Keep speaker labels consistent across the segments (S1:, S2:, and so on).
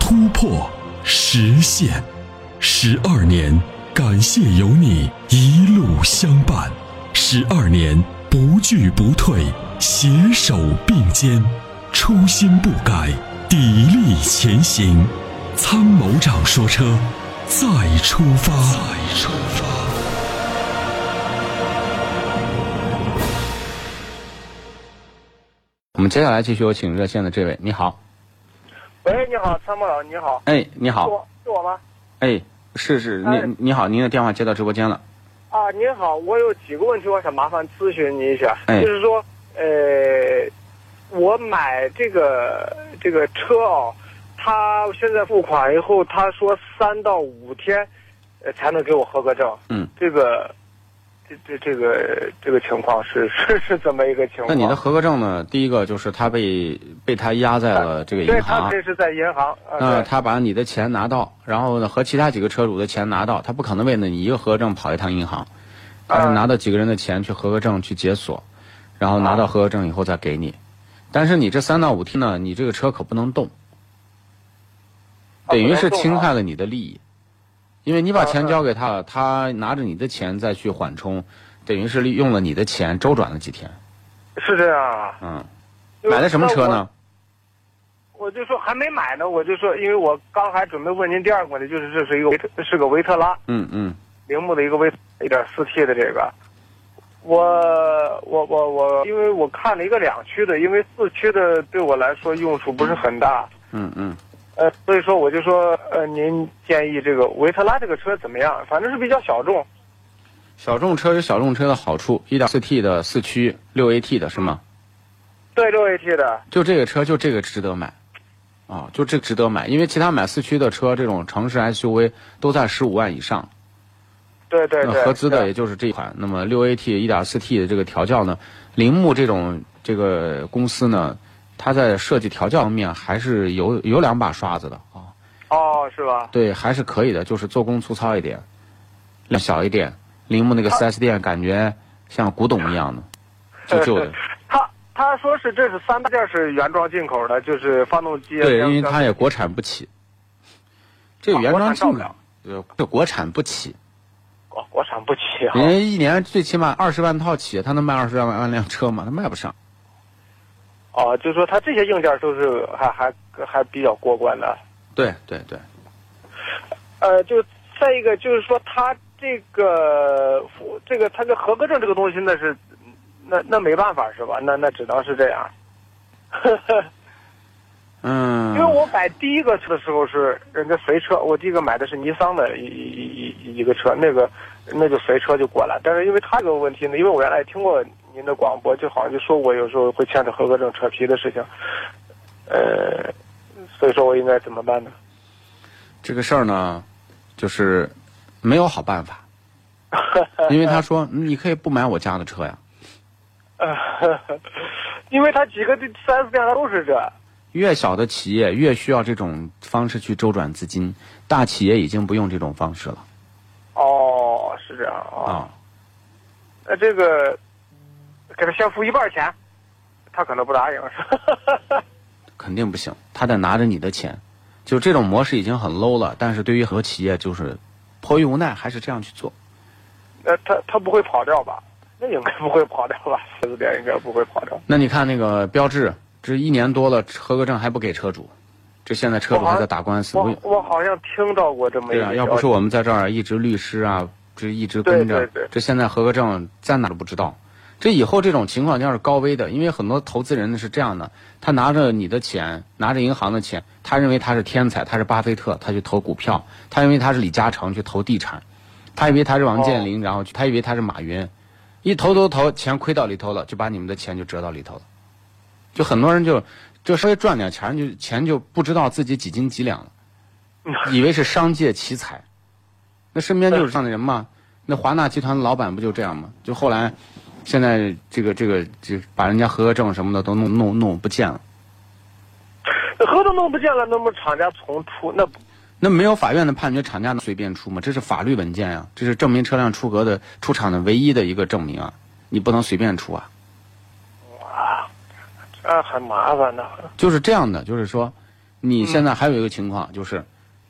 S1: 突破、实现，十二年，感谢有你一路相伴，十二年不惧不退，携手并肩，初心不改，砥砺前行。”参谋长说：“车，再出发。”再出发。
S2: 我们接下来继续有请热线的这位，你好，
S3: 喂，你好，参谋长，你好，
S2: 哎，你
S3: 是
S2: 好，
S3: 我是我吗？
S2: 哎，是是，
S3: 哎
S2: 您你好，您的电话接到直播间了，
S3: 啊，您好，我有几个问题，我想麻烦咨询您一下，
S2: 哎
S3: 就是说，呃，我买这个这个车啊，他现在付款以后，他说三到五天，呃，才能给我合格证，
S2: 嗯，
S3: 这个。这这这个这个情况是 是是怎么一个情况？
S2: 那你的合格证呢？第一个就是他被被他压在了这个
S3: 对
S2: 银
S3: 他
S2: 行，
S3: 这是在银行，啊
S2: 那
S3: 对
S2: 他把你的钱拿到，然后呢和其他几个车主的钱拿到，他不可能为了你一个合格证跑一趟银行，他是
S3: 啊
S2: 拿到几个人的钱去合格证去解锁，然后拿
S3: 哎
S2: 到合格证以后再给你。但是你这三到五天呢，你这个车可不能动，
S3: 啊
S2: 等于是
S3: 不能动
S2: 侵
S3: 啊
S2: 害了你的利益，因为你把
S3: 啊
S2: 钱
S3: 啊
S2: 交给他了，他拿着你的钱再去缓冲，等于是利用了你的钱周转了几天。
S3: 是这样啊。
S2: 嗯，买的什么车
S3: 那我
S2: 呢？
S3: 我就说还没买呢，我就说，因为我刚还准备问您第二个问题，就是这是一个维特是个维特拉
S2: 嗯嗯，
S3: 铃木的一个维一点四 T 的这个，我我我我，因为我看了一个两驱的，因为四驱的对我来说用处不是很大，
S2: 嗯嗯，
S3: 呃，所以说我就说，呃，您建议这个维特拉这个车怎么样？反正是比较小众，
S2: 小众车有小众车的好处，一点四 T 的四驱，六 AT 的是吗？
S3: 对六 AT 的，
S2: 就这个车，就这个值得买，啊、就这个值得买，因为其他买四驱的车，这种城市 SUV 都在十五万以上，
S3: 对对
S2: 那
S3: 对，
S2: 呃合资的也
S3: 是
S2: 就是这一款。那么六 AT 一点四 T 的这个调教呢，铃木这种这个公司呢，它在设计调教方面还是有有两把刷子的啊、
S3: 哦，是吧？
S2: 对，还是可以的，就是做工粗糙一点，量小一点。铃木那个 4S 店感觉像古董一样的，旧旧的。
S3: 他他说是这是三大件是原装进口的，就是发动机啊
S2: 对，
S3: 这样
S2: 因为
S3: 这样
S2: 它也国产不起，这个原装进
S3: 国产造不了
S2: 口，呃，这国产不起，
S3: 国国产不起啊。
S2: 人家一年最起码二十万套起，他能卖二十万万辆车吗？他卖不上。
S3: 哦，就是说它这些硬件都是还还还比较过关的。
S2: 对对对，
S3: 呃，就再一个就是说，它这个这个它这合格证这个东西，那是那那没办法是吧？那那只能是这样。 因为
S2: 嗯，
S3: 我买第一个车的时候是人家随车，我第一个买的是尼桑的一一一一个车，那个那就随车就过来。但是因为它这个问题呢，因为我原来也听过您的广播，就好像就说我有时候会牵扯合格证扯皮的事情，呃，所以说我应该怎么办呢？
S2: 这个事儿呢，就是没有好办法，因为他说嗯你可以不买我家的车呀，
S3: 呃，因为他几个四 S 店他都是这，
S2: 越小的企业越需要这种方式去周转资金，大企业已经不用这种方式了
S3: 哦，是这样啊。
S2: 啊。
S3: 那、这个给他先付一半钱，他可能不答应。
S2: 肯定不行，他得拿着你的钱，就这种模式已经很 low 了。但是对于很多企业就是迫于无奈，还是这样去做。
S3: 那、呃他他不会跑掉吧？那应该不会跑掉吧？四 S 店应该不会跑掉。
S2: 那你看那个标志，这一年多了，合格证还不给车主，这现在车主还在打官司。
S3: 我我好像听到过这么一
S2: 对
S3: 个消
S2: 啊，
S3: 息。
S2: 要不是我们在这儿一直律师啊，这一直跟着，
S3: 对对对
S2: 这现在合格证在哪儿都不知道。这以后这种情况要是高危的，因为很多投资人呢是这样的，他拿着你的钱，拿着银行的钱，他认为他是天才，他是巴菲特，他去投股票，他认为他是李嘉诚去投地产，他以为他是王健
S3: 哦
S2: 林，然后去他以为他是马云，一投投投钱亏到里头了，就把你们的钱就折到里头了，就很多人就就稍微赚点钱就钱就不知道自己几斤几两了。以为是商界奇才，那身边就是这样的人嘛。那华纳集团的老板不就这样吗？就后来，现在这个这个这个把人家合格证什么的都弄弄弄不见了。
S3: 那合同弄不见了，那么厂家重出，那不
S2: 那没有法院的判决，厂家能随便出吗？这是法律文件呀、啊这是证明车辆出格的出厂的唯一的一个证明啊，你不能随便出啊。
S3: 这啊很麻烦的。
S2: 就是这样的，就是说，你现在还有一个情况就是，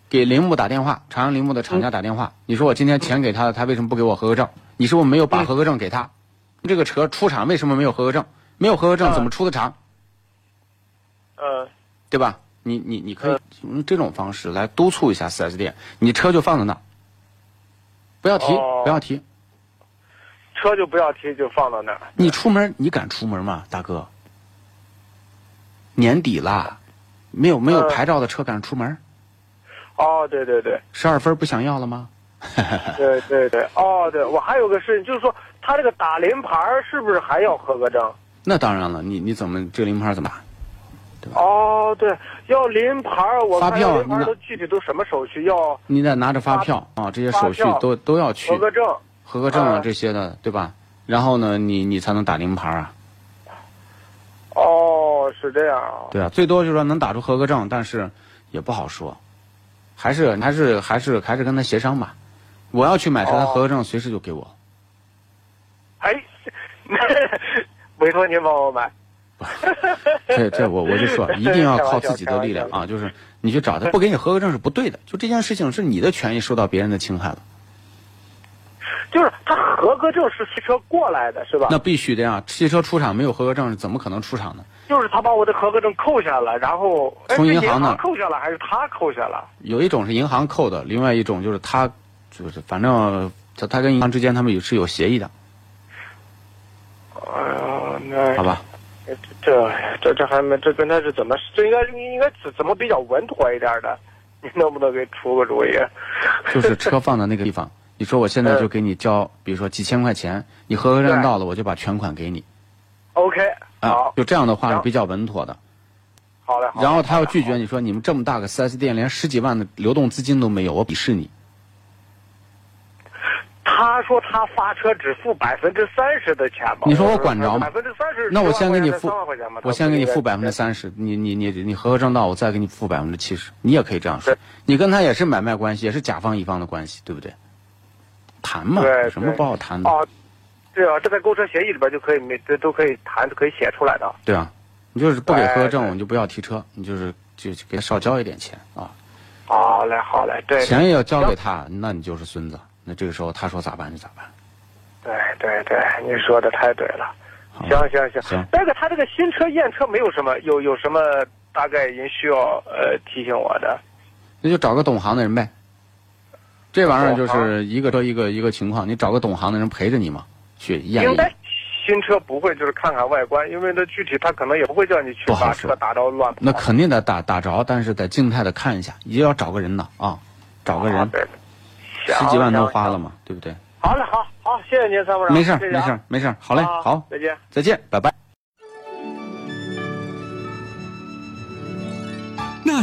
S2: 给铃木打电话，长安铃木的厂家打电话，你说我今天钱给他了，他为什么不给我合格证？你是不是没有把合格证给他？这个车出厂为什么没有合格证？没有合格证
S3: 啊
S2: 怎么出的厂？
S3: 嗯，
S2: 对吧？你你你可以用这种方式来督促一下 4S 店，你车就放在那儿，不要提，
S3: 哦
S2: 不要提。
S3: 车就不要提，就放到那儿。
S2: 你出门你敢出门吗，大哥？年底啦，没有没有
S3: 嗯
S2: 牌照的车敢出门？
S3: 哦，对对对。
S2: 十二分不想要了吗？哎
S3: 对对对，哦，对，我还有个事情，就是说他这个打临牌儿是不是还要合格证？
S2: 那当然了，你你怎么这个临牌怎么打？
S3: 哦，对，要临牌儿，我
S2: 发
S3: 看要
S2: 票啊
S3: 临牌
S2: 你拿
S3: 儿都具体都什么手续？要
S2: 你得拿着发票啊，这些手续
S3: 发票
S2: 都都要去
S3: 合格证。
S2: 合格证啊
S3: 嗯
S2: 这些的，对吧？然后呢，你你才能打临牌啊，
S3: 哦，是这样啊。
S2: 对啊，最多就是说能打出合格证，但是也不好说，还是还是还是还是跟他协商吧。我要去买车，他
S3: 哦
S2: 合格证随时就给我，
S3: 哎， 那委托您帮我买。
S2: 这这我我就说一定要靠自己的力量
S3: 开玩
S2: 啊，就是你去找他，不给你合格证是不对的，就这件事情是你的权益受到别人的侵害了。
S3: 就是他合格证是汽车过来的，是吧？
S2: 那必须的呀！汽车出厂没有合格证是怎么可能出厂呢？
S3: 就是他把我的合格证扣下了，然后哎
S2: 从
S3: 是
S2: 银行那儿
S3: 扣下了还是他扣下了？
S2: 有一种是银行扣的，另外一种就是他，就是反正他他跟银行之间他们也是有协议的，
S3: 哎呀，那
S2: 好吧？
S3: 这这这这还没这跟他是怎么这应该你应该怎怎么比较稳妥一点的？你能不能给出个主意？呃
S2: 就是车放在那个地方，你说我现在就给你交，比如说几千块钱，你合格证
S3: 对
S2: 到了，我就把全款给你
S3: OK，
S2: 啊
S3: 呃好，，
S2: 就这样的话
S3: 然
S2: 是
S3: 后
S2: 比较稳妥的。
S3: 好嘞，好嘞
S2: 然后他要
S3: 好嘞
S2: 拒绝你说你们这么大个 4S 店连十几万的流动资金都没有，我鄙视你。
S3: 他说他发车只付百分之三十的钱吧？
S2: 你说我管着吗
S3: 百分之三十，
S2: 那我先给你付
S3: 三万块钱吧，，
S2: 我先给你付百分之三十，你你你你合格证到，我再给你付百分之七十，你也可以这样说
S3: 对，
S2: 你跟他也是买卖关系，也是甲方乙方的关系，对不对？谈嘛，
S3: 对
S2: 有什么
S3: 对
S2: 不好谈的？
S3: 哦，对啊，这在购车协议里边就可以每这都可以谈，可以写出来的。
S2: 对啊，你就是不给合格证，
S3: 对
S2: 我们就不要提车，你就是就就给他少交一点钱啊，
S3: 好嘞，好嘞，对，
S2: 钱也要交给他，那你就是孙子。那这个时候他说咋办就咋办。
S3: 对对对，你说的太对了。
S2: 好
S3: 行行行，
S2: 行
S3: 那个他这个新车验车没有什么，有有什么大概您需要呃提醒我的？
S2: 那就找个懂行的人呗。这玩意儿就
S3: 懂
S2: 是一个车一个一个情况，你找个懂行的人陪着你嘛，去验
S3: 应
S2: 一
S3: 该
S2: 验。
S3: 新车不会就是看看外观，因为那具体他可能也不会叫你去
S2: 不好
S3: 把
S2: 说
S3: 车打到乱跑。
S2: 那肯定得打打着，但是得静态的看一下，也要找个人呢啊，找个
S3: 好
S2: 人，
S3: 对
S2: 十几万都花。
S3: 行
S2: 了嘛，对不对？
S3: 行好嘞，好好，谢谢您，参谋长。
S2: 没事儿
S3: 谢谢
S2: 没
S3: 啊
S2: 事儿，没事儿，好嘞，
S3: 啊
S2: 好，
S3: 再见。
S2: 再见，拜拜。
S1: 那